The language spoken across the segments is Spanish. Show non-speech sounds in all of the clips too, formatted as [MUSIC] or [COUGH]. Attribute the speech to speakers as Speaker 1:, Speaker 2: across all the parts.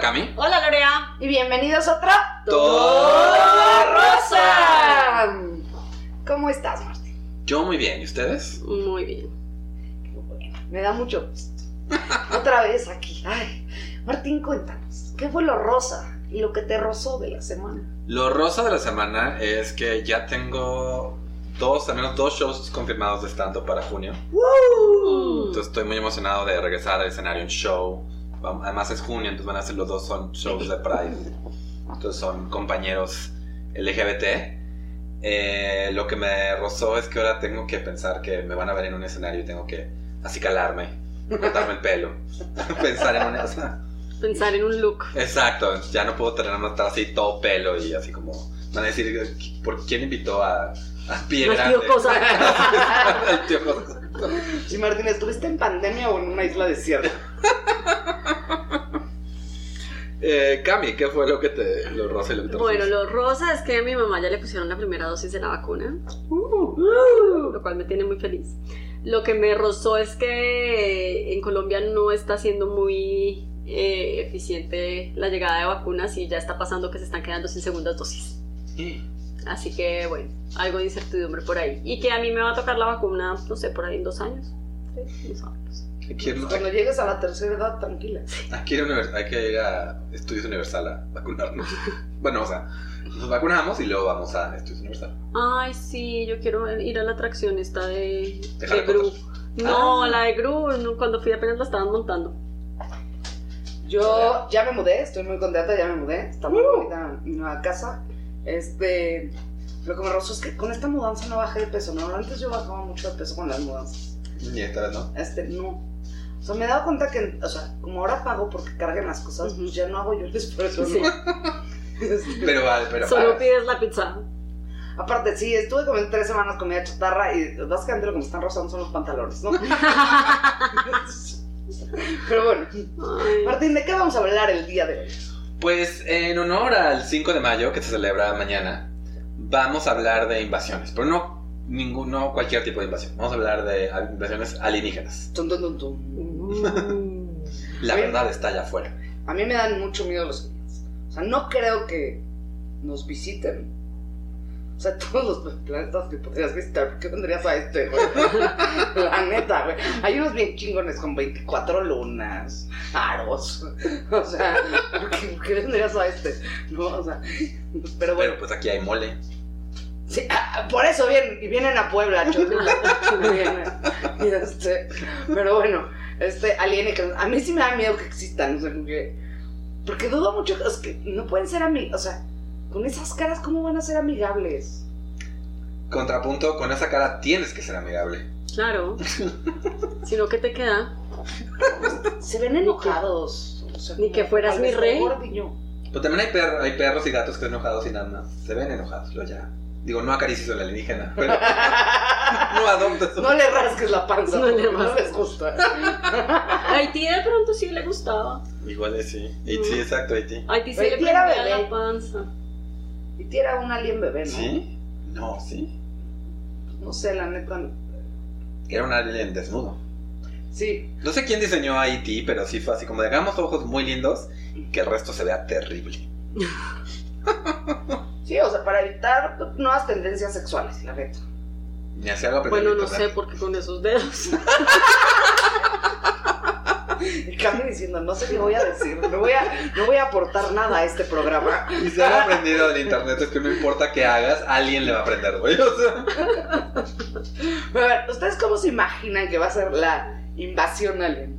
Speaker 1: Cami.
Speaker 2: Hola Lorea.
Speaker 3: Y bienvenidos a otra
Speaker 1: Toda
Speaker 3: Rosa. ¿Cómo estás, Martín?
Speaker 1: Yo muy bien, ¿y ustedes?
Speaker 2: Muy bien.
Speaker 3: Me da mucho [LAUGHS] gusto. Otra vez aquí. Ay, Martín, cuéntanos. ¿Qué fue lo rosa y lo que te rozó de la semana?
Speaker 1: Lo rosa de la semana es que ya tengo dos, al menos dos shows confirmados de stand para junio.
Speaker 2: ¡Woo!
Speaker 1: Entonces estoy muy emocionado de regresar al escenario, un show. Vam- Además es junio, entonces van a ser los dos son shows de Pride. Entonces son compañeros LGBT. Eh, lo que me rozó es que ahora tengo que pensar que me van a ver en un escenario y tengo que acicalarme, cortarme el pelo, [LAUGHS] pensar en una... o sea,
Speaker 2: Pensar en un look.
Speaker 1: Exacto, ya no puedo tener estar así todo pelo y así como van a decir por quién invitó a, a Pie
Speaker 2: Los
Speaker 1: Grande.
Speaker 2: tío Cosa.
Speaker 1: [LAUGHS] Al tío Cosa.
Speaker 3: Sí, Martín, ¿estuviste en pandemia o en una isla desierta?
Speaker 1: Eh, Cami, ¿qué fue lo que te lo rosa y lo que te rozó?
Speaker 2: Bueno, lo rosa es que a mi mamá ya le pusieron la primera dosis de la vacuna, lo cual me tiene muy feliz. Lo que me rozó es que eh, en Colombia no está siendo muy eh, eficiente la llegada de vacunas y ya está pasando que se están quedando sin segundas dosis. Así que bueno, algo de incertidumbre por ahí. Y que a mí me va a tocar la vacuna, no sé, por ahí en dos años. Sí, dos años.
Speaker 1: Aquí en-
Speaker 3: Cuando llegues a la tercera edad, tranquila.
Speaker 1: aquí en univers- hay que ir a Estudios Universal a vacunarnos. [LAUGHS] bueno, o sea, nos vacunamos y luego vamos a Estudios Universal.
Speaker 2: Ay, sí, yo quiero ir a la atracción esta de,
Speaker 1: De
Speaker 2: de
Speaker 1: Harry
Speaker 2: Gru.
Speaker 1: Potter.
Speaker 2: No,
Speaker 3: Ah.
Speaker 2: la de Gru, no, cuando fui apenas la estaban montando.
Speaker 3: Yo ya me mudé, estoy muy contenta, ya me mudé. Está muy bonita mi nueva casa. Este, lo que me rozó es que con esta mudanza no bajé de peso. No, antes yo bajaba mucho de peso con las mudanzas.
Speaker 1: Y esta vez no.
Speaker 3: Este, no. O sea, me he dado cuenta que, o sea, como ahora pago porque carguen las cosas, pues ya no hago yo el esfuerzo, ¿no?
Speaker 2: Sí.
Speaker 3: Este,
Speaker 1: Pero vale, [LAUGHS] pero
Speaker 2: Solo
Speaker 1: pagas.
Speaker 2: pides la pizza.
Speaker 1: [LAUGHS]
Speaker 3: aparte, sí, estuve comiendo tres semanas comida chatarra y básicamente lo que me están rozando son los pantalones, ¿no? Pero bueno,
Speaker 2: Ay.
Speaker 3: Martín, ¿de qué vamos a hablar el día de hoy?
Speaker 1: Pues en honor al 5 de mayo, que se celebra mañana, vamos a hablar de invasiones, pero no ninguno, cualquier tipo de invasión. Vamos a hablar de invasiones alienígenas.
Speaker 3: Tum, tum, tum, tum.
Speaker 2: Mm.
Speaker 1: La
Speaker 3: Oye.
Speaker 1: verdad está allá afuera.
Speaker 3: A mí me dan mucho miedo los aliens. O sea, no creo que nos visiten. O sea, [LAUGHS] todos los planetas que podrías visitar, ¿por qué vendrías a este, güey? [LAUGHS] La neta, güey. Hay unos bien chingones con 24 lunas, aros. [LAUGHS] O sea, ¿por qué, por qué vendrías a este? No, o sea, pero bueno.
Speaker 1: Pero pues aquí hay mole.
Speaker 3: Sí, ah, por eso vienen, y vienen a Puebla, Cholula. [LAUGHS] Vienen. Y este, pero bueno, este alienígenas, a mí sí me da miedo que existan, o sea, como que- porque dudo mucho, es que no pueden ser amigos, o sea, con esas caras cómo van a ser amigables.
Speaker 1: Contrapunto, con esa cara tienes que ser amigable.
Speaker 2: Claro. Sino que te queda.
Speaker 3: Se ven enojados. o sea,
Speaker 2: Ni que
Speaker 3: como,
Speaker 2: fueras
Speaker 3: "Ay,
Speaker 2: mi
Speaker 3: por
Speaker 2: rey".
Speaker 3: favor, niño.
Speaker 1: Pero también hay, per- hay perros y gatos que enojados y nada más. Se ven enojados, lo ya. Digo, no acaricies al alienígena,
Speaker 3: [LAUGHS]
Speaker 1: pero no adoptes un-
Speaker 3: No le rasques la panza,
Speaker 2: No le
Speaker 3: porque no
Speaker 2: rasques.
Speaker 3: les gusta.
Speaker 2: A Haití de pronto sí le gustaba.
Speaker 1: Igual es sí. Y sí, exacto, y sí.
Speaker 2: A Haití se le
Speaker 3: Haití era
Speaker 2: prendía
Speaker 3: bebé.
Speaker 2: la panza.
Speaker 3: Y tira un alien bebé, ¿no?
Speaker 1: ¿Sí? No, sí.
Speaker 3: No sé, la neta.
Speaker 1: Era un alien desnudo.
Speaker 3: Sí,
Speaker 1: No sé quién diseñó a E.T., pero sí fue así como de hagamos ojos muy lindos y que el resto se vea terrible.
Speaker 3: sí, o sea, para evitar nuevas tendencias sexuales, la neta.
Speaker 1: Ni hacía algo aprendí
Speaker 2: Bueno,
Speaker 1: en
Speaker 2: no sé,
Speaker 1: internet.
Speaker 2: porque con esos dedos.
Speaker 3: Y Cami diciendo, no sé qué voy a decir, no voy a, no voy a aportar nada a este programa.
Speaker 1: Y si algo he aprendido del internet es que no importa qué hagas, alguien le va a aprender, güey. O sea,
Speaker 3: Pero a ver, ¿ustedes cómo se imaginan que va a ser la invasión alien?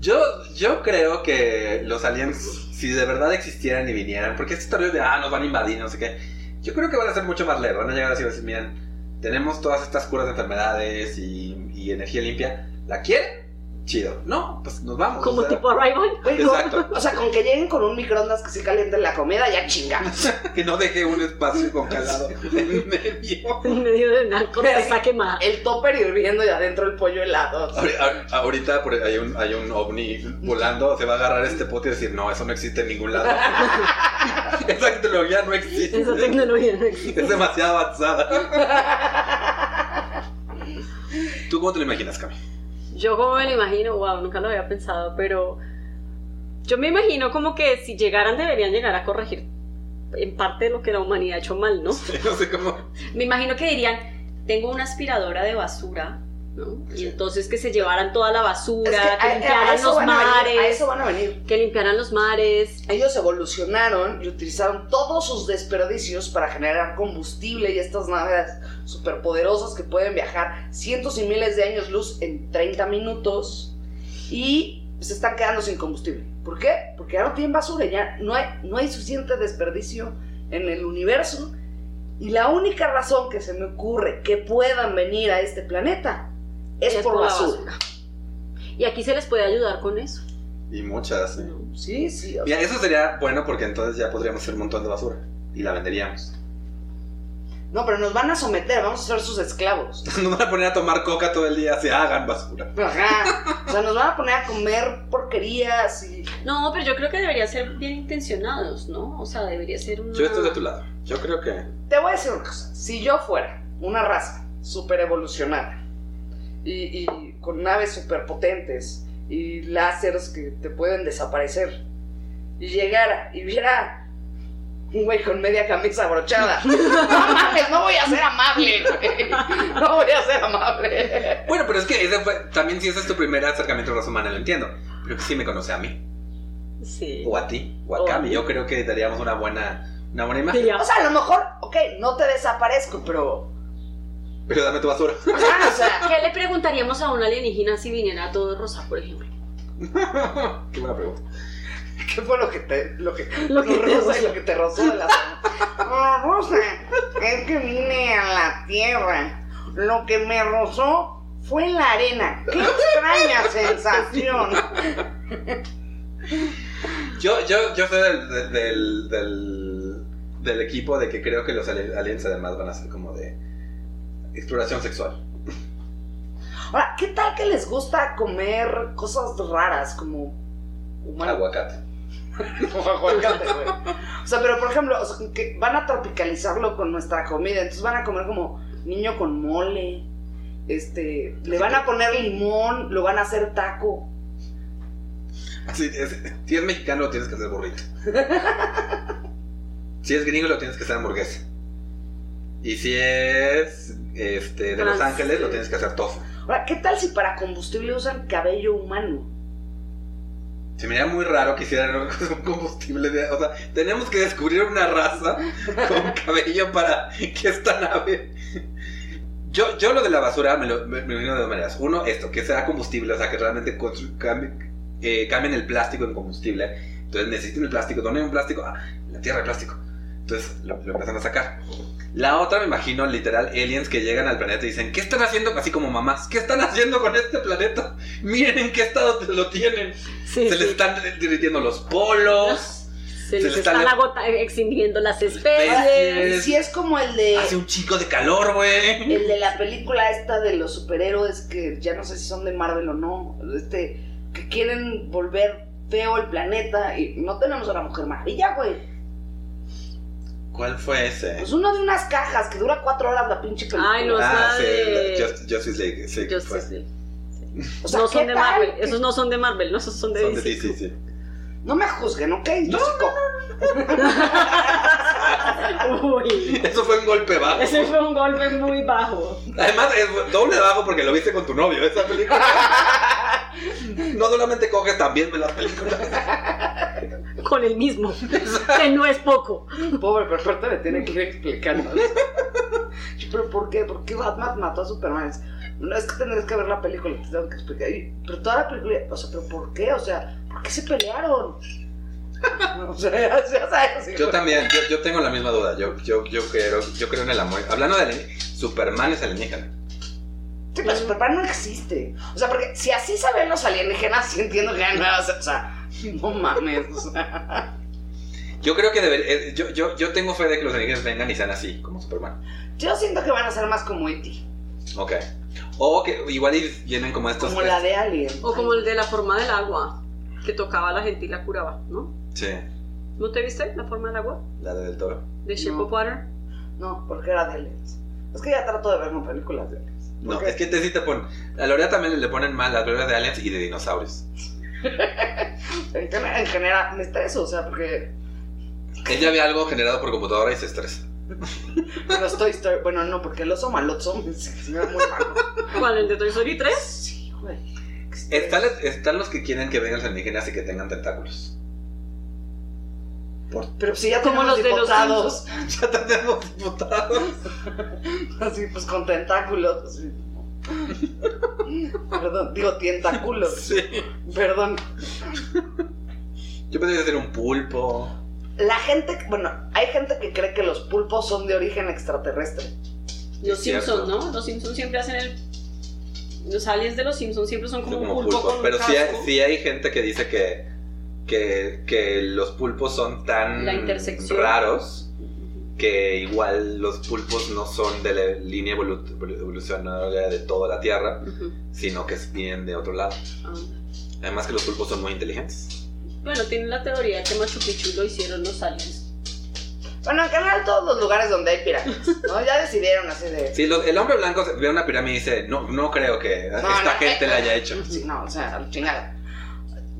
Speaker 1: yo, yo creo que los aliens, si de verdad existieran y vinieran, porque esta historia de, ah, nos van a invadir, no sé qué, yo creo que van a ser mucho más leves. Van a llegar así y van a decir, miren, tenemos todas estas curas de enfermedades y, y energía limpia. ¿La quieren? Chido. No, pues nos vamos. o
Speaker 2: Como
Speaker 1: sea,
Speaker 2: tipo Arrival.
Speaker 3: Güey, no,
Speaker 1: Exacto.
Speaker 3: o sea, con que lleguen con un microondas que se caliente la comida, ya chingamos.
Speaker 1: Que no deje un espacio [LAUGHS] congelado en medio.
Speaker 2: En medio de una corteza quemada.
Speaker 3: El topper hirviendo y adentro el pollo helado.
Speaker 1: Ahori- ahor- Ahorita por- hay un, hay un ovni volando, se va a agarrar este pote y decir, no, eso no existe en ningún lado. [LAUGHS] Esa tecnología no existe.
Speaker 2: Esa tecnología no
Speaker 1: [LAUGHS]
Speaker 2: existe.
Speaker 1: Es demasiado avanzada. ¿Tú cómo te lo imaginas, Cami?
Speaker 2: Yo como me lo imagino, wow, nunca lo había pensado, pero Yo me imagino como que si llegaran deberían llegar a corregir en parte de lo que la humanidad ha hecho mal, ¿no?
Speaker 1: [LAUGHS] No sé cómo.
Speaker 2: Me imagino que dirían, tengo una aspiradora de basura, ¿no? Y
Speaker 1: Sí.
Speaker 2: entonces que se llevaran toda la basura,
Speaker 3: Es que
Speaker 2: que,
Speaker 3: a- a, a
Speaker 2: limpiaran
Speaker 3: eso
Speaker 2: los
Speaker 3: van a venir, a
Speaker 2: mares,
Speaker 3: eso van a venir.
Speaker 2: que limpiaran los mares.
Speaker 3: Ellos evolucionaron y utilizaron todos sus desperdicios para generar combustible y estas naves superpoderosas que pueden viajar cientos y miles de años luz en 30 minutos y se están quedando sin combustible. ¿Por qué? Porque ya no tienen basura, ya no hay, no hay suficiente desperdicio en el universo y la única razón que se me ocurre que puedan venir a este planeta es, por,
Speaker 2: la
Speaker 3: basura.
Speaker 2: Y aquí se les puede ayudar con eso.
Speaker 1: Y muchas, ¿eh? sí.
Speaker 2: ¿no?
Speaker 3: Sí, sí. o sea,
Speaker 1: Mira, eso sería bueno porque entonces ya podríamos hacer un montón de basura y la venderíamos. [LAUGHS]
Speaker 3: No, pero nos van a someter, vamos a ser sus esclavos.
Speaker 1: Nos van a poner a tomar coca todo el día, se hagan basura.
Speaker 3: Ajá. O sea, nos van a poner a comer porquerías y.
Speaker 2: No, pero yo creo que debería ser bien intencionados, ¿no? O sea, debería ser una...
Speaker 1: Yo estoy de tu lado. Yo creo que.
Speaker 3: Te voy a decir una cosa. Si yo fuera una raza super evolucionada y, y con naves super potentes y láseres que te pueden desaparecer y llegara y viera un güey con media camisa abrochada, no mames, no voy a ser amable, güey. No voy a ser amable.
Speaker 1: Bueno, pero es que ese fue- también si ese es tu primer acercamiento a la raza humana, lo entiendo. Pero que sí me conoce a mí,
Speaker 2: Sí.
Speaker 1: o a ti, o a
Speaker 3: O a
Speaker 1: Cami.
Speaker 3: mí.
Speaker 1: Yo creo que daríamos una buena, una buena imagen.
Speaker 2: Diría,
Speaker 3: O sea, a lo mejor, ok, no te desaparezco, pero.
Speaker 1: Pero dame
Speaker 3: [LAUGHS]
Speaker 1: tu basura.
Speaker 3: Ajá, o sea.
Speaker 2: ¿Qué le preguntaríamos a un alienígena si viniera todo rosa, por ejemplo?
Speaker 1: Qué buena pregunta.
Speaker 3: ¿Qué fue lo que te lo que,
Speaker 2: Lo que te
Speaker 3: rosa y
Speaker 2: rozó.
Speaker 3: lo que te rozó de la
Speaker 2: [LAUGHS]
Speaker 3: Lo rosa es que vine a la tierra. Lo que me rozó fue la arena. Qué
Speaker 2: [LAUGHS]
Speaker 3: extraña sensación.
Speaker 1: Yo, yo, yo soy del, del- del, del, del equipo de que creo que los ali- aliens además van a ser como de exploración sexual.
Speaker 3: Ahora, ¿qué tal que les gusta comer cosas raras como humano?
Speaker 1: Aguacate.
Speaker 3: [LAUGHS] Aguacate, güey. O sea, pero por ejemplo, o sea, que van a tropicalizarlo con nuestra comida, entonces van a comer como niño con mole, este, le van a poner limón, lo van a hacer taco.
Speaker 1: Así es, si es mexicano lo tienes que hacer burrito. Si es gringo lo tienes que hacer hamburguesa. Y si es este, de Los
Speaker 2: Francés.
Speaker 1: Ángeles lo tienes que hacer tofu.
Speaker 3: Ahora, ¿qué tal si para combustible usan cabello humano?
Speaker 1: Se me haría muy raro que hicieran algo con un [LAUGHS] combustible de... O sea, tenemos que descubrir una raza [LAUGHS] con cabello para que esta nave... Yo, yo lo de la basura me lo me, me lo imagino de dos maneras. Uno, esto, que sea combustible, o sea, que realmente constru- cambie- eh, cambien el plástico en combustible. Entonces necesitan el plástico. ¿Dónde hay un plástico? Ah, en la tierra hay plástico. Entonces lo, lo empiezan a sacar. La otra, me imagino, literal, aliens que llegan al planeta y dicen, ¿qué están haciendo? Así como mamás, ¿qué están haciendo con este planeta? Miren en qué estado lo tienen.
Speaker 2: Sí,
Speaker 1: Se les
Speaker 2: sí.
Speaker 1: están derritiendo los polos.
Speaker 2: Se les
Speaker 1: les
Speaker 2: están,
Speaker 1: están-
Speaker 2: agota- extinguiendo las
Speaker 3: Ahora,
Speaker 2: especies.
Speaker 3: y si es como el de
Speaker 1: Hace un chico de calor, güey.
Speaker 3: el de la película esta de los superhéroes que ya no sé si son de Marvel o no, este que quieren volver feo el planeta y no tenemos a la Mujer Maravilla, güey.
Speaker 1: ¿Cuál fue ese?
Speaker 3: Pues uno de unas cajas que dura cuatro horas la pinche película.
Speaker 2: Ay, no, o sea, de-
Speaker 1: la Ah, Just- Justice League. Sí, pues.
Speaker 2: Yo
Speaker 1: fue.
Speaker 2: sé, sí.
Speaker 3: O sea,
Speaker 2: no
Speaker 3: ¿qué
Speaker 2: son de
Speaker 3: tal
Speaker 2: Marvel,
Speaker 3: que-
Speaker 2: esos no son de Marvel, no, esos son de
Speaker 1: Son de
Speaker 2: DC.
Speaker 1: DC, sí.
Speaker 3: No me juzguen, ¿ok? Yo sí cojo.
Speaker 2: Uy,
Speaker 1: Eso fue un golpe bajo.
Speaker 2: ese fue un golpe muy bajo.
Speaker 1: Además, es doble de bajo porque lo viste con tu novio, esa película. [LAUGHS] No solamente coges, también ves las películas.
Speaker 2: Con el mismo, que no es poco.
Speaker 3: Pobre, pero aparte le tiene que ir explicando. pero ¿por qué? ¿Por qué Batman mató a Superman? Es- No, es que tendrías que ver la película, te tengo que explicar. Y- Pero toda la película, o sea, ¿pero por qué? O sea, ¿por qué se pelearon? [LAUGHS] o sea, [LAUGHS] ya sabes. sí,
Speaker 1: Yo
Speaker 3: güey.
Speaker 1: también, yo, yo tengo la misma duda. Yo, yo, yo, creo, yo creo en el amor. Hablando de alien- Superman es alienígena.
Speaker 3: Sí, pero Superman no existe. O sea, porque si así saben los alienígenas, sí entiendo que ya no vas a- O sea, no mames. O sea,
Speaker 1: Yo creo que deber, eh, yo, yo, yo tengo fe de que los alienígenas vengan y sean así, como Superman.
Speaker 3: yo siento que van a ser más como E.T.,
Speaker 1: Ok. O que igual y vienen como estos.
Speaker 3: como la de Alien.
Speaker 2: O como el de la forma del agua, que tocaba a la gente y la curaba, ¿no?
Speaker 1: Sí,
Speaker 2: ¿No te viste la forma del agua?
Speaker 1: la de del toro.
Speaker 2: De Shape
Speaker 3: No.
Speaker 2: of Water.
Speaker 3: No, porque era de aliens. Es que ya trato de ver no películas de aliens.
Speaker 1: No,
Speaker 3: Ok.
Speaker 1: es que te sí te ponen. A Lorea también le ponen mal las películas de aliens y de dinosaurios.
Speaker 3: En, gen- en general, me estreso, o sea, porque
Speaker 1: Ella ve algo generado por computadora y se estresa.
Speaker 3: no estoy, estoy- bueno, no, porque el oso maloso me, se me da muy malo. Este,
Speaker 2: ¿Cuál? ¿El de Toy Story 3?
Speaker 3: Sí, güey. qué estrés.
Speaker 1: Están, están los que quieren que vengan los alienígenas y que tengan tentáculos. [LAUGHS]
Speaker 3: Pero si ya
Speaker 2: Como
Speaker 3: tenemos
Speaker 2: los de los
Speaker 3: diputados,
Speaker 1: Ya tenemos diputados.
Speaker 3: así pues con tentáculos. así. Perdón, digo tentáculos.
Speaker 1: Sí.
Speaker 3: Perdón.
Speaker 1: Yo pensé que hacer un pulpo.
Speaker 3: La gente, bueno, hay gente que cree que los pulpos son de origen extraterrestre.
Speaker 2: Los
Speaker 1: Es cierto.
Speaker 2: Simpsons, ¿no? Los Simpsons siempre hacen el. Los aliens de los Simpsons siempre son como,
Speaker 1: como
Speaker 2: un pulpo,
Speaker 1: pulpos.
Speaker 2: con
Speaker 1: Pero
Speaker 2: un
Speaker 1: sí hay,
Speaker 2: casco.
Speaker 1: sí hay gente que dice que, que, que los pulpos son tan
Speaker 2: La intersección.
Speaker 1: raros que igual los pulpos no son de la línea evolu- evolucionaria de toda la Tierra,
Speaker 2: Ujú.
Speaker 1: sino que vienen de otro lado.
Speaker 2: Ah.
Speaker 1: Además que los pulpos son muy inteligentes.
Speaker 2: Bueno, tienen la teoría que Machu Picchu lo hicieron los aliens.
Speaker 3: Bueno, en general todos los lugares donde hay pirámides, ¿no? Ya decidieron así de...
Speaker 1: Sí, los- el hombre blanco se- ve una pirámide y dice, no, no creo que esta
Speaker 3: no,
Speaker 1: gente
Speaker 3: eh,
Speaker 1: la haya hecho.
Speaker 3: Sí, no, o sea, a la chingada.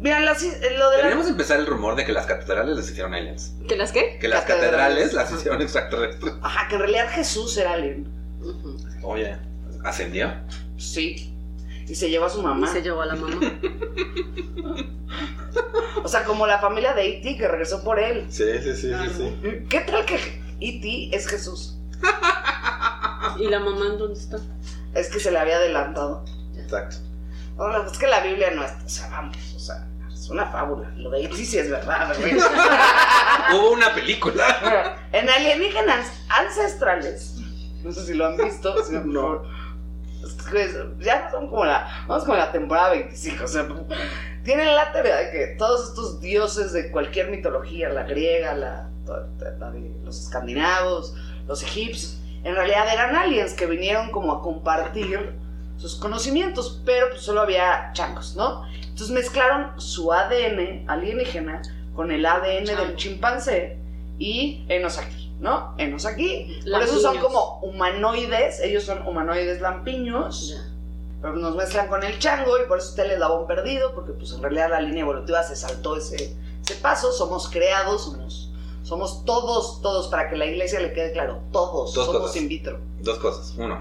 Speaker 3: Miren, las is- lo de la...
Speaker 1: Deberíamos empezar el rumor de que las catedrales las hicieron aliens.
Speaker 2: ¿Que las qué?
Speaker 1: Que las
Speaker 3: Catedrales.
Speaker 1: catedrales las hicieron extraterrestres.
Speaker 3: Ajá, que en realidad Jesús era alien.
Speaker 1: Oye, ¿ascendió?
Speaker 3: Sí. Y se llevó a su
Speaker 2: Y
Speaker 3: mamá.
Speaker 2: se llevó a la mamá.
Speaker 3: O sea, como la familia de E.T. que regresó por él.
Speaker 1: Sí, sí, sí, sí, sí.
Speaker 3: ¿Qué tal que E.T. es Jesús?
Speaker 2: [LAUGHS] ¿Y la mamá en dónde está?
Speaker 3: Es que se le había adelantado.
Speaker 1: Exacto.
Speaker 3: Ahora, es que la Biblia no es... O sea, vamos, o sea, es una fábula. Lo de E.T. sí es verdad.
Speaker 2: [LAUGHS]
Speaker 3: güey.
Speaker 1: Hubo una película.
Speaker 3: en alienígenas ancestrales. No sé si lo han visto. si no, por favor. Es que es- ya son como la. Vamos con la temporada 25. O sea, tienen la teoría de que todos estos dioses de cualquier mitología, la griega, la, la de los escandinavos, los egipcios, en realidad eran aliens que vinieron como a compartir sus conocimientos, pero pues solo había changos, ¿no? Entonces mezclaron su ADN alienígena con el ADN
Speaker 2: Chango.
Speaker 3: del chimpancé y enos aquí, ¿no? Enos aquí. Por eso
Speaker 2: Lampiños.
Speaker 3: son como humanoides, ellos son humanoides lampiños,
Speaker 2: Ya.
Speaker 3: pero nos mezclan con el chango y por eso está el eslabón perdido, porque pues en realidad la línea evolutiva se saltó ese, ese paso, somos creados, somos, somos todos, todos, para que la iglesia le quede claro, todos,
Speaker 1: Dos
Speaker 3: somos
Speaker 1: cosas.
Speaker 3: in vitro.
Speaker 1: Dos cosas. Uno,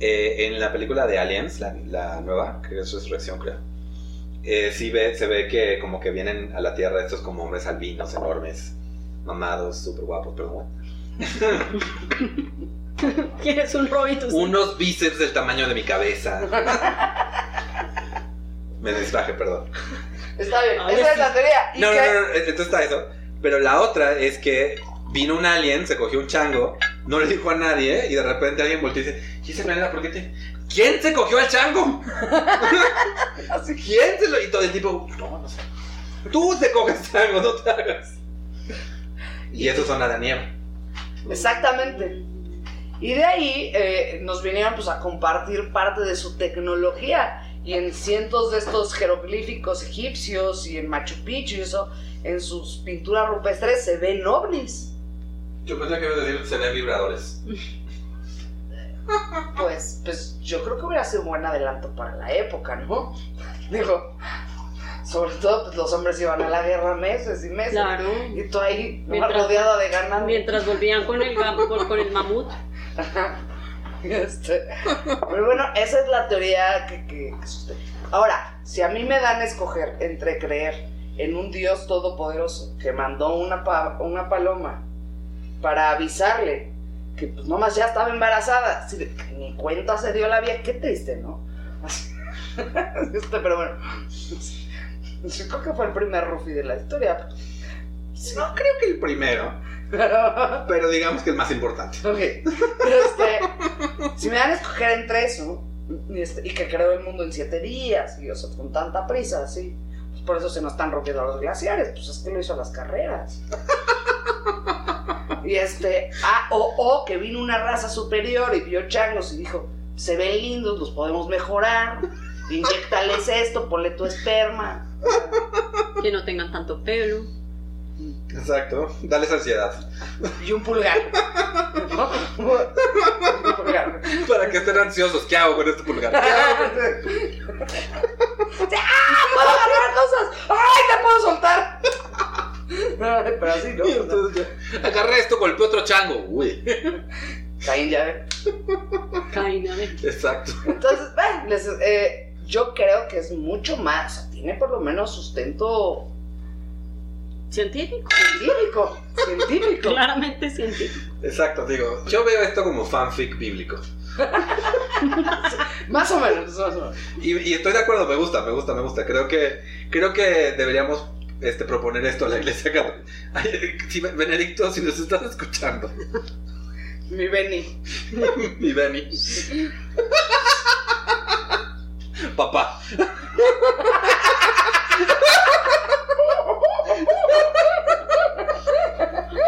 Speaker 1: eh, en la película de Aliens, la, la nueva, que es Resurrección, creo. eh, sí ve, se ve que como que vienen a la Tierra estos como hombres albinos enormes, mamados, súper guapos, pero bueno.
Speaker 2: ¿Quieres un robito?
Speaker 1: Unos bíceps del tamaño de mi cabeza. Me distraje, perdón.
Speaker 3: Está bien,
Speaker 2: Ahora
Speaker 3: esa es
Speaker 2: sí.
Speaker 3: la teoría. ¿Y
Speaker 1: No, no,
Speaker 3: qué?
Speaker 1: no, no, entonces está eso. Pero la otra es que vino un alien, se cogió un chango, no le dijo a nadie, y de repente alguien volteó y dice, ¿y ese planeta por qué te...? ¿Quién se cogió al chango?
Speaker 3: Así.
Speaker 1: ¿Quién se lo...? Y todo el tipo, no, no sé. Tú te coges chango, no te hagas. Y esos son a la nieve.
Speaker 3: Exactamente. Y de ahí eh, nos vinieron pues a compartir parte de su tecnología. Y en cientos de estos jeroglíficos egipcios y en Machu Picchu y eso, en sus pinturas rupestres se ven ovnis.
Speaker 1: Yo pensé que iba a decir, se ven vibradores.
Speaker 3: Pues, pues yo creo que hubiera sido un buen adelanto para la época, ¿no? [LAUGHS] Digo, sobre todo pues, los hombres iban a la guerra meses y meses.
Speaker 2: Claro.
Speaker 3: Y tú ahí
Speaker 2: Mientras-
Speaker 3: rodeada de ganas.
Speaker 2: Mientras volvían con el, gam- con, con el mamut.
Speaker 3: Ajá. Este, Pero bueno, esa es la teoría que, que- que sostiene. Ahora, si a mí me dan a escoger entre creer en un Dios todopoderoso que mandó una, pa- una paloma para avisarle que pues nomás ya estaba embarazada, así de que ni cuenta se dio la vieja, qué triste, ¿no? [LAUGHS] Este, pero bueno, yo creo que fue el primer Rufi de la historia.
Speaker 1: No creo que el primero,
Speaker 3: Pero
Speaker 1: pero digamos que el más importante.
Speaker 3: Ok. Pero este, si me dan a escoger entre eso y, este, y que creo el mundo en siete días y eso con tanta prisa, así, pues por eso se nos están rompiendo los glaciares, pues es que lo hizo a las carreras. Y este, ah, o, o que vino una raza superior y vio changos y dijo, se ven lindos, los podemos mejorar, inyectales esto, ponle tu esperma.
Speaker 2: Que no tengan tanto pelo.
Speaker 1: Exacto, dales ansiedad.
Speaker 3: Y un pulgar. [LAUGHS] ¿No? Un pulgar.
Speaker 1: [LAUGHS] Para que estén ansiosos, ¿qué hago con este pulgar?
Speaker 3: ¡Ah! ¡Puedo agarrar cosas. ¡Ay, te puedo soltar! Pero así, ¿no?
Speaker 1: Y entonces ya, agarré esto, golpeé otro chango. Uy,
Speaker 3: Caí en llave.
Speaker 2: Caíname.
Speaker 1: exacto.
Speaker 3: eh. Entonces, bueno, les- eh, yo creo que es mucho más. o sea, tiene por lo menos sustento
Speaker 2: Científico.
Speaker 3: científico. Científico.
Speaker 2: Claramente científico.
Speaker 1: Exacto, digo, yo veo esto como fanfic bíblico.
Speaker 3: Más o menos, más o menos.
Speaker 1: Y, y estoy de acuerdo, me gusta, me gusta, me gusta. Creo que, creo que deberíamos este, proponer esto a la iglesia católica. [LAUGHS] Ay, si- Benedicto, si nos estás escuchando, [LAUGHS]
Speaker 3: Mi Benny.
Speaker 1: mi [LAUGHS] Benny. Papá.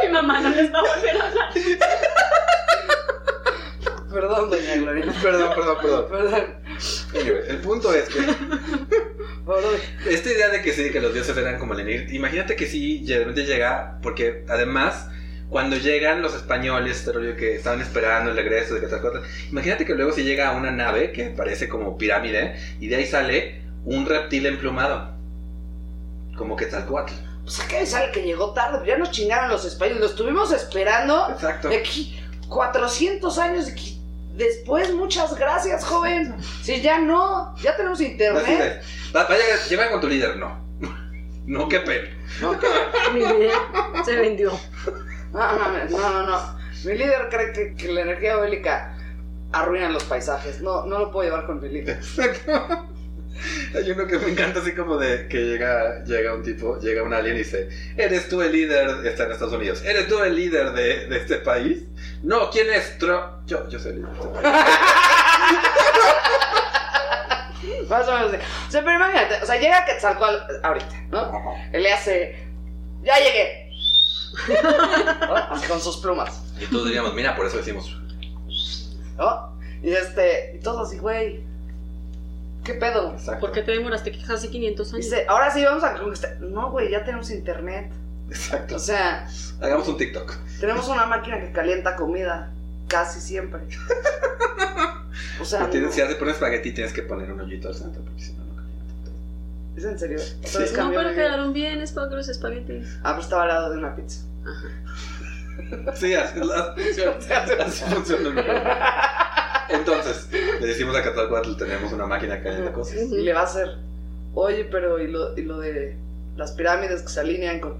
Speaker 2: Mi mamá no les va a volver a hablar.
Speaker 3: [LAUGHS] Perdón, doña Gloria.
Speaker 1: Perdón, perdón, perdón.
Speaker 3: Perdón.
Speaker 1: Anyway, el punto es que
Speaker 3: Perdón.
Speaker 1: Esta idea de que sí, que los dioses eran como Lenir, imagínate que sí, de repente llega, porque además, cuando llegan los españoles, este rollo que estaban esperando el regreso de que otras cosas, imagínate que luego si llega una nave que parece como pirámide, y de ahí sale un reptil emplumado, como que Quetzalcóatl.
Speaker 3: Pues acá me sale que llegó tarde. Ya nos chingaron los españoles. Lo estuvimos esperando
Speaker 1: Exacto.
Speaker 3: de aquí 400 años de aquí. Después, muchas gracias, joven. Si ya no, ya tenemos
Speaker 1: Así
Speaker 3: internet.
Speaker 1: es. Va- Vaya, lleva con tu líder, no. [LAUGHS] No, qué pena.
Speaker 3: No, que-
Speaker 2: [LAUGHS] Mi idea se vendió.
Speaker 3: [LAUGHS] no, mames, no, no, no. Mi líder cree que, que la energía eólica arruina los paisajes. No, no lo puedo llevar con mi
Speaker 1: [LAUGHS]
Speaker 3: líder.
Speaker 1: Exacto. Hay uno que me encanta así como de que llega, llega un tipo, llega un alien y dice, ¿eres tú el líder? Está en Estados Unidos. ¿Eres tú el líder de, de este país? No, ¿quién es Trump? Yo, yo soy el líder de este país.
Speaker 3: Más o menos. así. O sea, pero imagínate, o sea, llega Quetzalcóatl ahorita, ¿no?
Speaker 1: Ajá.
Speaker 3: Él le hace, ya llegué. [LAUGHS] ¿No? Así Con sus plumas,
Speaker 1: Y todos diríamos, mira, por eso decimos,
Speaker 3: ¿no? Y este, y todos así, güey, ¿qué pedo?
Speaker 1: exacto.
Speaker 2: ¿Por qué te demoraste que casi 500 años?
Speaker 3: Dice, ahora sí vamos a conquistar. No, güey, ya tenemos internet.
Speaker 1: Exacto.
Speaker 3: O sea,
Speaker 1: Hagamos un TikTok.
Speaker 3: tenemos una máquina que calienta comida casi siempre. O sea,
Speaker 1: Pero tienes-
Speaker 3: no.
Speaker 1: si haces poner espagueti, tienes que poner un hoyito al centro, porque si no, no calienta.
Speaker 3: ¿Es en serio?
Speaker 1: Sí.
Speaker 3: Entonces
Speaker 2: No,
Speaker 3: cambió
Speaker 2: pero
Speaker 3: mi vida.
Speaker 2: quedaron bien, es para que los espaguetis.
Speaker 3: Ah, pero estaba al lado de una pizza.
Speaker 1: Sí,
Speaker 3: [LAUGHS]
Speaker 1: así, así, así funciona el mundo. Entonces, le decimos a Catalcuatl, tenemos una máquina que calienta cosas.
Speaker 3: Y
Speaker 2: [LAUGHS]
Speaker 3: le va a hacer, oye, pero ¿y lo, y lo de las pirámides que se alinean con...?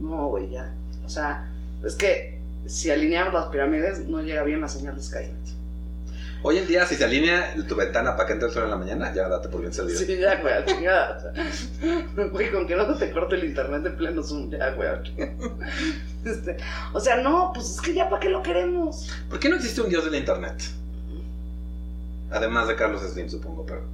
Speaker 3: No, güey, ya. O sea, es que si alineamos las pirámides no llega bien la señal de Skynet.
Speaker 1: Hoy en día, si se alinea tu ventana para que entre el sol en la mañana, ya date por bien servido.
Speaker 3: Sí, ya, güey, a chingada. O sea, [LAUGHS] güey, con que no te corte el internet en pleno Zoom, ya, güey. a chingada. Este, o sea, no, pues es que ya, ¿para qué lo queremos?
Speaker 1: ¿Por qué no existe un dios del internet? Además de Carlos Slim, supongo, pero.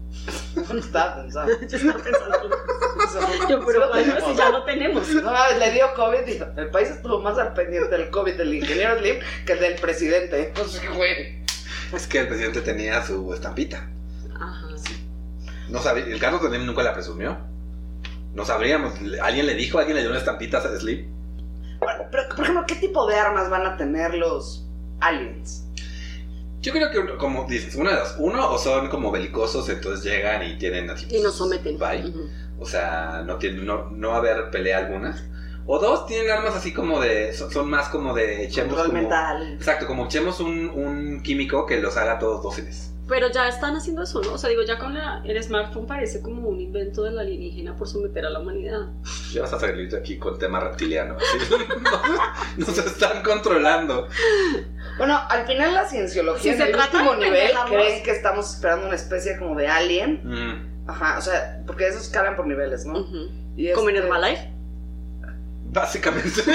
Speaker 3: No estaba pensando.
Speaker 2: Yo estaba pensando.
Speaker 3: Eso-
Speaker 2: [LAUGHS] Yo,
Speaker 3: sí
Speaker 2: pero
Speaker 3: lo
Speaker 2: bueno,
Speaker 3: tenemos.
Speaker 2: si ya lo tenemos.
Speaker 3: No, le dio COVID. y El país estuvo más al pendiente del COVID del ingeniero Slim que el del presidente. Entonces, güey.
Speaker 1: Es que el presidente tenía su estampita.
Speaker 2: Ajá.
Speaker 1: No sabía, el Carlos Slim nunca la presumió. No sabríamos. ¿Alguien le dijo? ¿Alguien le dio una estampita a Slim?
Speaker 3: Bueno, Pero, por ejemplo, ¿qué tipo de armas van a tener los aliens?
Speaker 1: Yo creo que, uno- como dices, una de dos. Uno, o son como belicosos, entonces llegan y tienen así.
Speaker 2: Y nos someten.
Speaker 1: Bye.
Speaker 2: Ujú.
Speaker 1: O sea, no, tiene, no, no va a haber pelea alguna. O dos, tienen armas así como de. Son, son más como de. echemos
Speaker 3: Control
Speaker 1: como-
Speaker 3: mental.
Speaker 1: Exacto, como echemos un, un químico que los haga todos dóciles.
Speaker 2: Pero ya están haciendo eso, ¿no? O sea, digo, ya con la, el smartphone parece como un invento de la alienígena por someter a la humanidad.
Speaker 1: Ya vas a salir de aquí con tema reptiliano. [LAUGHS] ¿sí? Nos, nos están controlando.
Speaker 3: Bueno, al final la cienciología
Speaker 2: Si
Speaker 3: en
Speaker 2: se
Speaker 3: el
Speaker 2: trata
Speaker 3: último
Speaker 2: de
Speaker 3: nivel
Speaker 2: entenderla,
Speaker 3: creen
Speaker 2: vos.
Speaker 3: que estamos esperando una especie como de alien.
Speaker 1: Mm.
Speaker 3: Ajá, o sea, porque esos escalan por niveles, ¿no?
Speaker 2: Ujú.
Speaker 3: Y este-
Speaker 2: Mm. Como en Herbalife. [LAUGHS]
Speaker 1: Básicamente. [LAUGHS]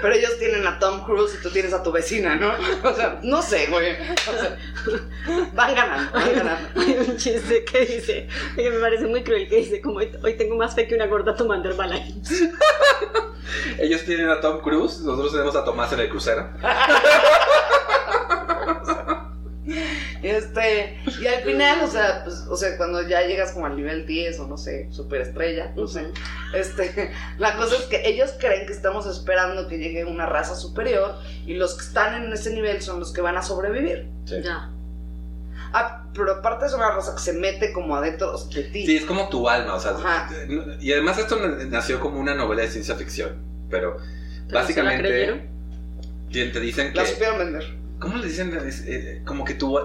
Speaker 3: Pero ellos tienen a Tom Cruise y tú tienes a tu vecina, ¿no? [LAUGHS] O sea, no sé, güey. O sea, [LAUGHS] van ganando,
Speaker 2: [LAUGHS]
Speaker 3: van ganando.
Speaker 2: Hay un chiste que dice, que me parece muy cruel, que dice, como hoy hoy tengo más fe que una gorda tomando Herbalife.
Speaker 1: Ellos tienen a Tom Cruise, nosotros tenemos a Tomás en el crucero.
Speaker 3: Este, y al final, o sea, pues, o sea, cuando ya llegas como al nivel 10 o no sé, superestrella, no sé, este, [LAUGHS] la cosa es que ellos creen que estamos esperando que llegue una raza superior y los que están en ese nivel son los que van a sobrevivir.
Speaker 1: Sí.
Speaker 2: Ya.
Speaker 3: Ah, pero aparte es una rosa que se mete como adentro de ti.
Speaker 1: Sí, es como tu alma, o sea.
Speaker 3: Ajá.
Speaker 1: Y además esto nació como una novela de ciencia ficción, pero,
Speaker 2: Pero se la
Speaker 1: básicamente
Speaker 2: creyeron.
Speaker 1: te te dicen que...
Speaker 3: La supieron vender.
Speaker 1: ¿Cómo le dicen? Es, eh, como que tú,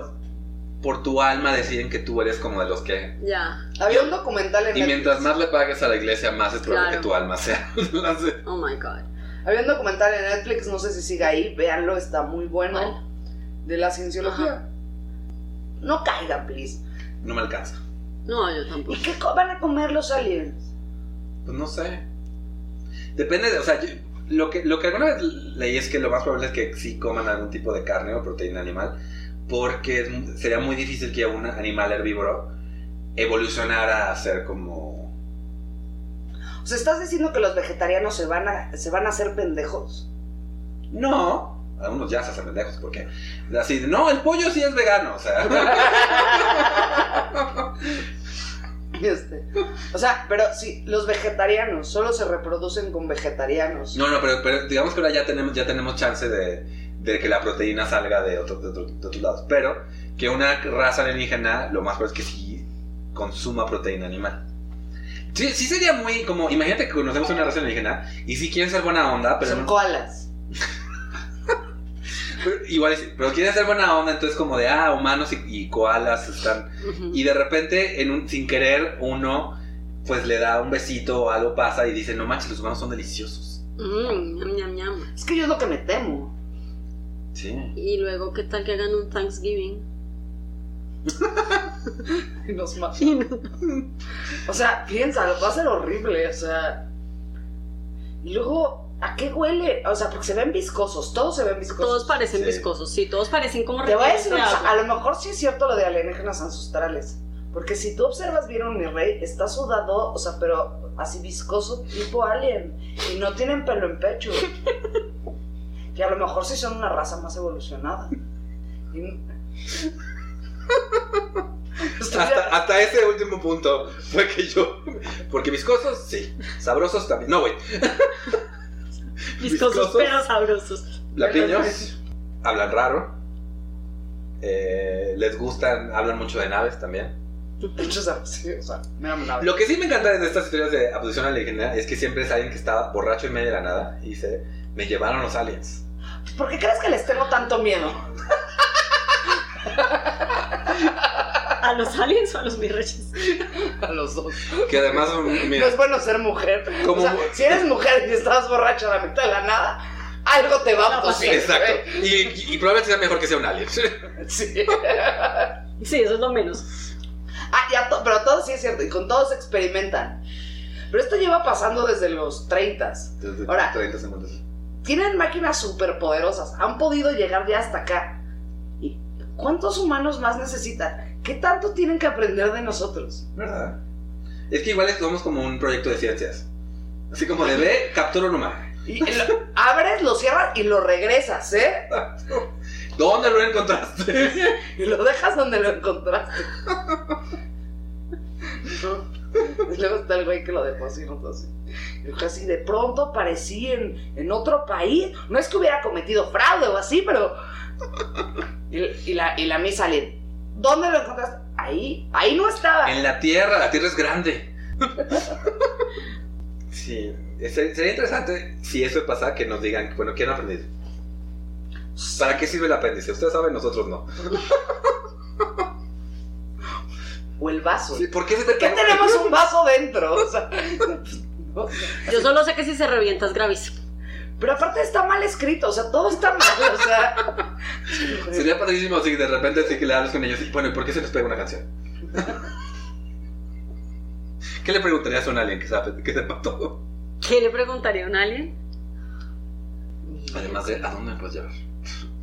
Speaker 1: por tu alma deciden que tú eres como de los que...
Speaker 2: Ya.
Speaker 3: Había un documental en
Speaker 1: Y mientras
Speaker 3: Netflix.
Speaker 1: más le pagues a la iglesia, más es probable
Speaker 2: Claro.
Speaker 1: que tu alma sea. [LAUGHS] la-
Speaker 2: Oh my god.
Speaker 3: Había un documental en Netflix, no sé si sigue ahí, véanlo, está muy bueno.
Speaker 2: ¿Cuál?
Speaker 3: De la cienciología. No caigan, please.
Speaker 1: no me alcanza.
Speaker 2: No, yo tampoco.
Speaker 3: ¿Y qué co- van a comer los aliens?
Speaker 1: Pues no sé. Depende, de, o sea, yo- lo, que, lo que alguna vez leí es que lo más probable es que sí coman algún tipo de carne o proteína animal, porque es mu- sería muy difícil que un animal herbívoro evolucionara a ser como...
Speaker 3: O sea, ¿estás diciendo que los vegetarianos se van a, se van a hacer pendejos? [LAUGHS]
Speaker 1: No. Algunos ya se hacen pendejos, porque así, de, no, el pollo sí es vegano, o sea,
Speaker 3: Este, o sea, pero si los vegetarianos solo se reproducen con vegetarianos.
Speaker 1: no, no, pero, pero digamos que ahora ya tenemos, ya tenemos chance de, de que la proteína salga de, otro- de otro- de otros lados, pero que una raza alienígena, lo más probable es que sí consuma proteína animal. Sí, sí sería muy como, imagínate que conocemos una raza alienígena y si quieren ser buena onda, pero,
Speaker 3: Son
Speaker 1: no-
Speaker 3: koalas.
Speaker 1: pero igual, es- pero quieren ser buena onda, entonces como de, ah, humanos y, y koalas están
Speaker 2: Ujú.
Speaker 1: Y de repente, en un, sin querer, uno pues le da un besito o algo pasa y dice, no manches, los humanos son deliciosos.
Speaker 2: Mm, ñam, ñam, ñam.
Speaker 3: Es que yo es lo que me temo.
Speaker 1: Sí.
Speaker 2: Y luego, ¿qué tal que hagan un Thanksgiving?
Speaker 3: Y nos matan. O sea, piénsalo, va a ser horrible, o sea. Y luego, ¿a qué huele? O sea, porque se ven viscosos, todos se ven
Speaker 2: Todos Ah,
Speaker 3: viscosos.
Speaker 2: parecen
Speaker 1: Sí.
Speaker 2: viscosos, sí, todos parecen como
Speaker 3: Te voy a
Speaker 2: rellenos
Speaker 3: decir
Speaker 2: de
Speaker 3: una cosa,
Speaker 2: agua.
Speaker 3: a lo mejor sí es cierto lo de alienígenas ancestrales. Porque si tú observas bien a mi rey, está sudado, o sea, pero así viscoso, tipo alien. Y no tienen pelo en pecho. Y a lo mejor sí son una raza más evolucionada. Y- Estoy- [LAUGHS]
Speaker 1: Hasta, hasta ese último punto fue que yo... Porque viscosos, sí. Sabrosos también. No, güey.
Speaker 2: Viscosos,
Speaker 1: viscosos.
Speaker 2: pero sabrosos.
Speaker 1: Lampiños. Hablan raro. eh, les gustan, hablan mucho de naves también.
Speaker 3: De hecho, o sea, sí, o sea, me da una-
Speaker 1: Lo que sí me encanta de estas historias de abducción alienígena es que siempre es alguien que está borracho en medio de la nada y dice, me llevaron los aliens.
Speaker 3: ¿Por qué crees que les tengo tanto miedo?
Speaker 2: ¿A los aliens o a los mirreches?
Speaker 3: A los dos.
Speaker 1: Que además son...
Speaker 3: No
Speaker 1: mira,
Speaker 3: es bueno ser mujer.
Speaker 1: Como-
Speaker 3: O sea, si eres mujer y estás borracha a la mitad de la nada, algo te va a
Speaker 1: Sí,
Speaker 3: pasar.
Speaker 1: [LAUGHS] Exacto. Y, y probablemente sea mejor que sea un alien. [LAUGHS]
Speaker 3: Sí.
Speaker 2: Sí, eso es lo menos.
Speaker 3: Ah, ya, to- pero todo sí es cierto. Y con todos experimentan. Pero esto lleva pasando desde los 30. Ahora.
Speaker 1: 30 segundos.
Speaker 3: Tienen máquinas superpoderosas. Han podido llegar ya hasta acá. ¿Y cuántos humanos más necesitan? ¿Qué tanto tienen que aprender de nosotros?
Speaker 1: ¿Verdad? Es que igual somos como un proyecto de ciencias. Así como de ve, captura un humano.
Speaker 3: Y lo- abres, lo cierras y lo regresas, ¿eh?
Speaker 1: ¿Dónde
Speaker 3: [LAUGHS]
Speaker 1: lo encontraste?
Speaker 3: Y lo dejas donde lo encontraste. Y luego está el güey que lo dejó así, ¿no? así. Y casi de pronto aparecí en, en otro país. No es que hubiera cometido fraude o así, pero. Y, y la, y la misa le. ¿Dónde lo encontraste? Ahí, ahí no estaba.
Speaker 1: en la Tierra, la Tierra es grande. sí. es- Sería interesante si eso pasa que nos digan, bueno, ¿quién ha aprendido? ¿Para qué sirve el apéndice? Ustedes saben, nosotros no.
Speaker 3: O el vaso.
Speaker 1: Sí, ¿Por qué se
Speaker 3: ¿Por qué tenemos un vaso dentro? O sea, no.
Speaker 2: Yo solo sé que si se revientas gravísimo.
Speaker 3: Pero aparte está mal escrito, o sea, todo está mal, o sea.
Speaker 1: Sería padrísimo si de repente así que le hablas con ellos y bueno, ¿y por qué se les pega
Speaker 3: [LAUGHS]
Speaker 1: una canción? ¿Qué le preguntarías a un alien que sabe que sepa todo?
Speaker 2: ¿Qué le preguntaría a un alien?
Speaker 1: Además de, ¿a dónde me puedes llevar?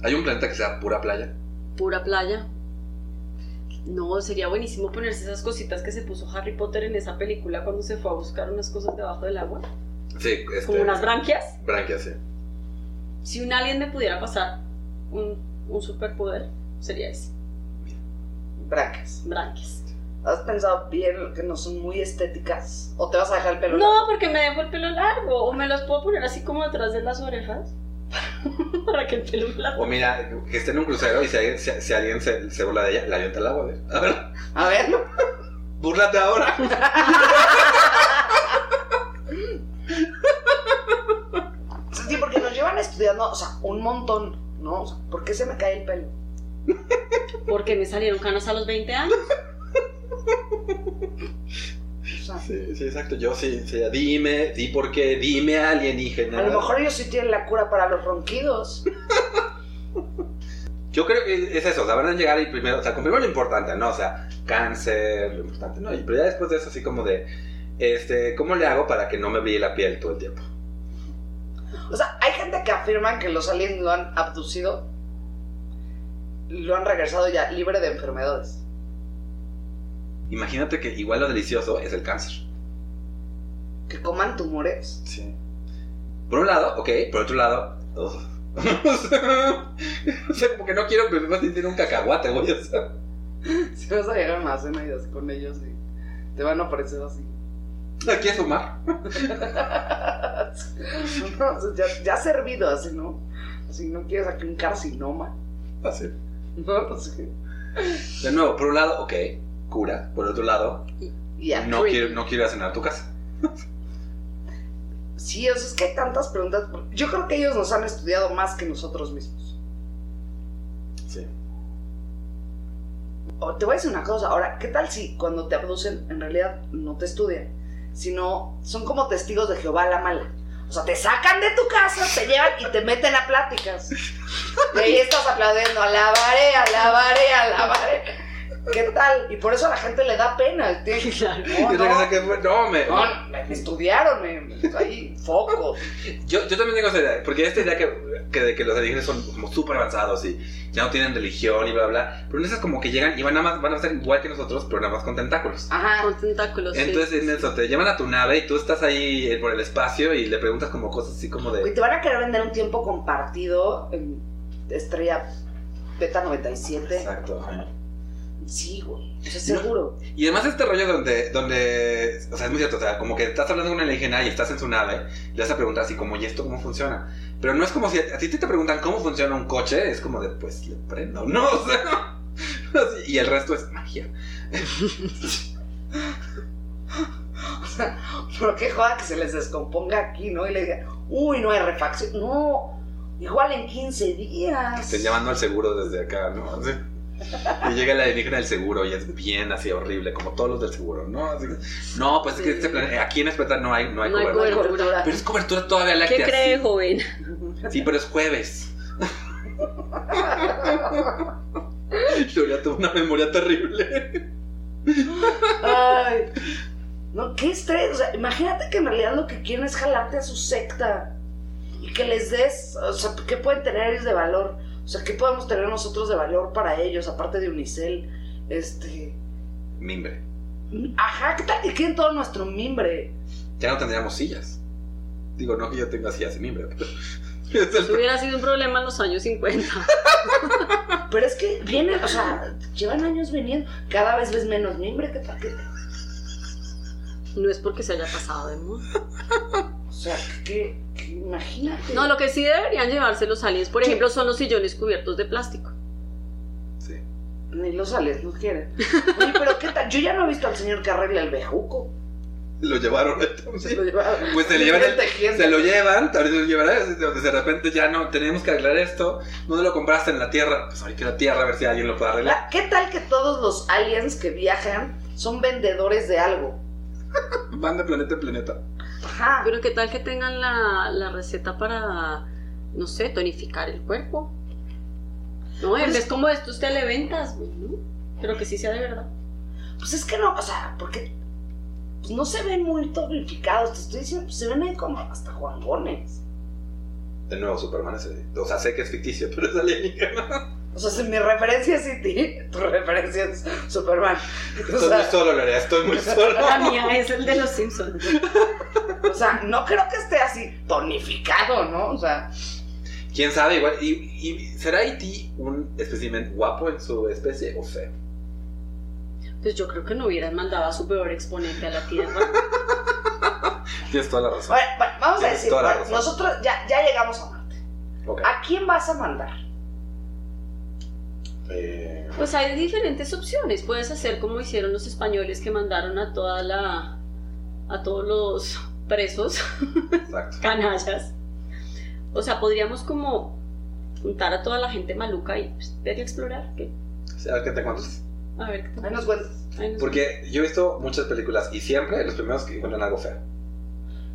Speaker 1: ¿Hay un planeta que sea pura playa?
Speaker 2: ¿Pura playa? No, sería buenísimo ponerse esas cositas que se puso Harry Potter en esa película cuando se fue a buscar unas cosas debajo del agua.
Speaker 1: Sí, este,
Speaker 2: Como unas branquias.
Speaker 1: branquias, sí.
Speaker 2: Si un alien me pudiera pasar un, un superpoder, sería ese.
Speaker 3: Bracas.
Speaker 2: Branquias.
Speaker 3: ¿Has pensado bien que no son muy estéticas? ¿O te vas a dejar el pelo?
Speaker 2: No, porque me dejo el pelo largo o me los puedo poner así como detrás de las orejas. [LAUGHS] para que el pelo me la
Speaker 1: O mira, que esté en un crucero y si, alguien- si- si alguien se, se burla de ella, la avienta al agua. A ver, a ver,
Speaker 3: A ver,
Speaker 1: búrlate ahora.
Speaker 3: sí, porque nos llevan estudiando, o sea, un montón, ¿no? O sea, ¿por qué se me cae el pelo?
Speaker 2: Porque me salieron canas a los 20 años.
Speaker 3: O sea,
Speaker 1: Sí, sí, exacto. Yo sí, sí, dime, di por qué, dime alienígena.
Speaker 3: a lo mejor ellos sí tienen la cura para los ronquidos.
Speaker 1: Yo creo que es eso, o sea, van a llegar y primero, o sea, con primero lo importante, ¿no? O sea, cáncer, lo importante, ¿no? Y pero ya después de eso, así como de, este, ¿cómo le hago para que no me brille la piel todo el tiempo?
Speaker 3: O sea, hay gente que afirma que los aliens lo han abducido y lo han regresado ya libre de enfermedades.
Speaker 1: Imagínate que igual lo delicioso es el cáncer.
Speaker 3: Que coman tumores. [LAUGHS]
Speaker 1: Sí. Por un lado, ok, por otro lado, ugh. [LAUGHS] o sea, como que no quiero que me vas a sentir un cacahuate, güey, o sea.
Speaker 3: Si vas a llegar a una cena y así con ellos y te van a aparecer así.
Speaker 1: Aquí es fumar.
Speaker 3: [LAUGHS] No, o sea, ya, ya servido así, ¿no? Así no quieres aquí un carcinoma. [LAUGHS]
Speaker 1: Así.
Speaker 3: No, pues sí.
Speaker 1: De nuevo, por un lado, ok, cura. Por otro lado,
Speaker 3: Ya.
Speaker 1: no
Speaker 2: creepy.
Speaker 1: quiero, no quiero ir a cenar a tu casa.
Speaker 3: Sí, o sea, es que hay tantas preguntas. Yo creo que ellos nos han estudiado más que nosotros mismos.
Speaker 1: Sí.
Speaker 3: O te voy a decir una cosa, ahora, ¿qué tal si cuando te abducen en realidad no te estudian? Sino son como testigos de Jehová la mala. O sea, te sacan de tu casa, te llevan y te meten a pláticas. Y ahí estás aplaudiendo, alabaré, alabaré, alabaré. ¿Qué tal? Y por eso a la gente le da pena. Tiene que-
Speaker 2: [LAUGHS] Claro.
Speaker 3: Oh, No,
Speaker 1: [LAUGHS]
Speaker 3: Oh.
Speaker 1: Y otra cosa
Speaker 3: no,
Speaker 1: que fue- no, me,
Speaker 3: no, me me estudiaron, me, pues, ahí, foco.
Speaker 1: Yo, yo también tengo esa idea, porque esta idea que, que, de que los alienígenas son como súper avanzados y ya no tienen religión y bla, bla, pero en esas como que llegan y van, a más, van a ser igual que nosotros, pero nada más con tentáculos.
Speaker 3: Ajá.
Speaker 2: Ah, Con tentáculos. sí.
Speaker 1: Entonces, en eso, te llevan a tu nave y tú estás ahí eh, por el espacio y le preguntas como cosas así como
Speaker 3: Y
Speaker 1: de...
Speaker 3: te van a querer vender un tiempo compartido en estrella Beta 97.
Speaker 1: Exacto. ajá.
Speaker 3: Sí, güey. O sea, seguro. [LAUGHS]
Speaker 1: Y además este rollo donde, donde, o sea, es muy cierto, o sea, como que estás hablando con una alienígena y estás en su nave, le vas a preguntar así como, ¿y esto cómo funciona? Pero no es como si a ti te preguntan cómo funciona un coche, es como de, pues le prendo, [LAUGHS] ¿no? O sea, así, y el resto es magia.
Speaker 3: Pero qué joda que se les descomponga aquí, ¿no? Y le digan, uy, no hay refacción. No, igual en 15 días.
Speaker 1: Te llamando al seguro desde acá, ¿no? Así. Y llega la alienígena del seguro y es bien así horrible, como todos los del seguro, ¿no? Así que, no, pues es que
Speaker 2: Sí.
Speaker 1: este planeta, aquí en Espeta no hay, no hay
Speaker 2: No hay
Speaker 1: cobertura.
Speaker 3: Cobertura.
Speaker 1: Pero es cobertura todavía láctea.
Speaker 2: ¿Qué cree,
Speaker 1: sí.
Speaker 2: joven?
Speaker 1: Sí, pero es jueves. Yo ya tuve una memoria terrible.
Speaker 3: Ay. No, qué estrés. O sea, imagínate que en realidad lo que quieren es jalarte a su secta. Y que les des, o sea, ¿qué pueden tener ellos de valor? O sea, ¿qué podemos tener nosotros de valor para ellos, aparte de Unicel? Este.
Speaker 1: Mimbre.
Speaker 3: Ajá, ¿qué tal? Y quieren todo nuestro mimbre.
Speaker 1: Ya no tendríamos sillas. Digo, no que yo tenga sillas de mimbre. pero- [LAUGHS] Es el-
Speaker 2: Hubiera sido un problema en los años 50.
Speaker 3: Pero es que vienen, o sea, llevan años viniendo. Cada vez ves menos mimbre, ¿qué tal? ¿Qué tal?
Speaker 2: [LAUGHS] No es porque se haya pasado de moda.
Speaker 3: O sea, ¿qué? qué- imagínate.
Speaker 2: No, lo que sí deberían llevarse los aliens, por
Speaker 3: Sí.
Speaker 2: ejemplo, son los sillones cubiertos de plástico.
Speaker 1: Sí.
Speaker 3: Ni los sales, no quieren. Oye, pero ¿qué tal? Yo ya no he visto al señor que arregla el bejuco.
Speaker 1: Lo llevaron entonces.
Speaker 3: Se lo llevaron.
Speaker 1: Pues se le llevan el-
Speaker 3: Tejiendo.
Speaker 1: Se lo llevan, tal vez lo llevarás, de repente ya no, tenemos que arreglar esto, ¿dónde lo compraste? En la tierra, pues ahorita en la tierra a ver si alguien lo puede arreglar.
Speaker 3: La- ¿Qué tal que todos los aliens que viajan son vendedores de algo?
Speaker 1: Van de planeta en planeta.
Speaker 3: Ajá.
Speaker 2: Pero qué tal que tengan la, la receta para, no sé, tonificar el cuerpo. No, en
Speaker 3: Pues-
Speaker 2: vez como de estos televentas, güey, ¿no? Pero que sí sea de verdad.
Speaker 3: Pues es que no, o sea, porque pues no se ven muy tonificados. Te estoy diciendo, pues se ven ahí como hasta juangones.
Speaker 1: De nuevo, Superman es, o sea, sé que es ficticio, pero es [LAUGHS] alienígena.
Speaker 3: O sea, si mi referencia es City, [LAUGHS] tu referencia es Superman. O
Speaker 1: Estoy muy
Speaker 3: sea,
Speaker 1: solo, Lorea, estoy muy solo. [LAUGHS]
Speaker 2: mía es el de los Simpsons.
Speaker 3: o sea, no creo que esté así tonificado, ¿no? O sea,
Speaker 1: ¿Quién sabe? Igual, y, y- ¿será E.T. un espécimen guapo en su especie o feo?
Speaker 2: Pues yo creo que no hubieran mandado a su peor exponente a la Tierra.
Speaker 1: Tienes toda la razón.
Speaker 3: bueno, bueno, vamos a
Speaker 1: Tienes
Speaker 3: decir,
Speaker 1: toda la
Speaker 3: bueno,
Speaker 1: razón.
Speaker 3: nosotros ya, ya llegamos a Marte.
Speaker 1: Ok.
Speaker 3: ¿A quién vas a mandar?
Speaker 1: Eh,
Speaker 2: Pues hay diferentes opciones. Puedes hacer como hicieron los españoles que mandaron a toda la a todos los presos
Speaker 1: exacto.
Speaker 2: canallas. O sea, podríamos como juntar a toda la gente maluca y pues, ver y explorar. ¿qué?
Speaker 1: Sí, a ver qué te cuentas.
Speaker 2: A ver qué tal.
Speaker 3: Ahí nos cuentas.
Speaker 2: Ay, no sé.
Speaker 1: Porque yo he visto muchas películas y siempre los primeros que encuentran algo feo.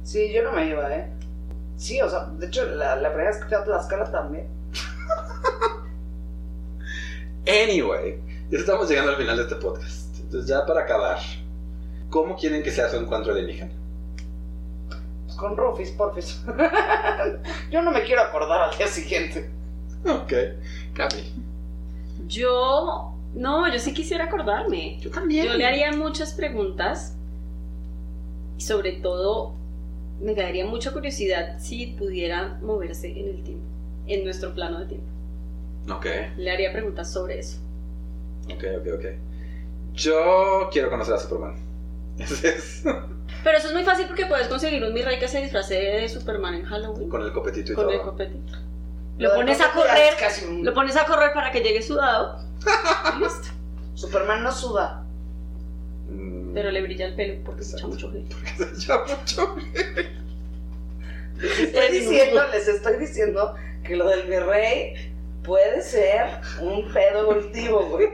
Speaker 3: Sí, yo no me iba, ¿eh? Sí, o sea, de hecho, la, la primera vez que fui a Tlaxcala también.
Speaker 1: Anyway, ya estamos llegando al final de este podcast. Entonces, ya para acabar, ¿cómo quieren que sea su encuentro alienígena?
Speaker 3: Pues con Rufis, porfis. [LAUGHS] yo no me quiero acordar al día siguiente.
Speaker 1: Ok, Cami.
Speaker 2: Yo no, yo sí quisiera acordarme.
Speaker 1: Yo también.
Speaker 2: Yo le haría muchas preguntas y sobre todo me daría mucha curiosidad si pudiera moverse en el tiempo, en nuestro plano de tiempo.
Speaker 1: Ok,
Speaker 2: Le haría preguntas sobre eso.
Speaker 1: ok, ok, ok. Yo quiero conocer a Superman. [LAUGHS] Ese es.
Speaker 2: Pero eso es muy fácil porque puedes conseguir un mi rey que se disfrace de Superman en Halloween
Speaker 1: Con el copetito y
Speaker 2: con el
Speaker 1: todo.
Speaker 2: copete.
Speaker 3: Lo
Speaker 2: Lo
Speaker 3: de
Speaker 2: pones a
Speaker 3: Rufis
Speaker 2: correr,
Speaker 3: es Casi un...
Speaker 2: lo pones a correr para que
Speaker 1: [LAUGHS]
Speaker 2: llegue sudado. y listo.
Speaker 3: Superman no suda.
Speaker 1: Mm, [LAUGHS]
Speaker 2: Pero le brilla el pelo porque se echa
Speaker 1: Exacto.
Speaker 2: mucho gel.
Speaker 1: porque se llama mucho.
Speaker 3: Estoy diciendo, les estoy diciendo que lo del virrey puede ser un pedo evolutivo,
Speaker 2: [LAUGHS]
Speaker 3: güey.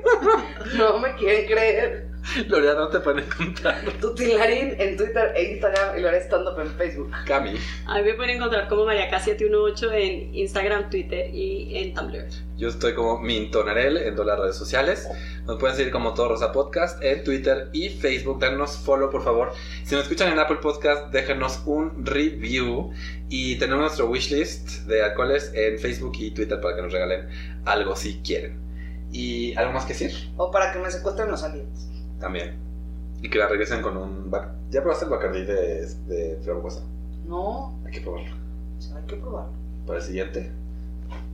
Speaker 3: No me quieren creer.
Speaker 1: Gloria, no te pueden encontrar.
Speaker 3: Tutilarín en Twitter e Instagram y lo haré stand-up en Facebook.
Speaker 1: Cami.
Speaker 2: A mí me pueden encontrar como mariaca718 en Instagram, Twitter y en Tumblr.
Speaker 1: Yo estoy como Mintonarel en todas las redes sociales. Nos pueden seguir como Todo Rosa Podcast en Twitter y Facebook. Danos follow, por favor. Si nos escuchan en Apple Podcast, déjenos un review. Y tenemos nuestro wishlist de alcoholes en Facebook y Twitter para que nos regalen algo si quieren. ¿Y algo más que decir?
Speaker 3: O para que me secuestren los aliens.
Speaker 1: También. Y que la regresen con un... bac- ¿Ya probaste el Bacardí de, de Fragosa?
Speaker 3: No,
Speaker 1: Hay que probarlo.
Speaker 3: o sea, hay que probarlo.
Speaker 1: Para el siguiente.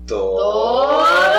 Speaker 3: Todo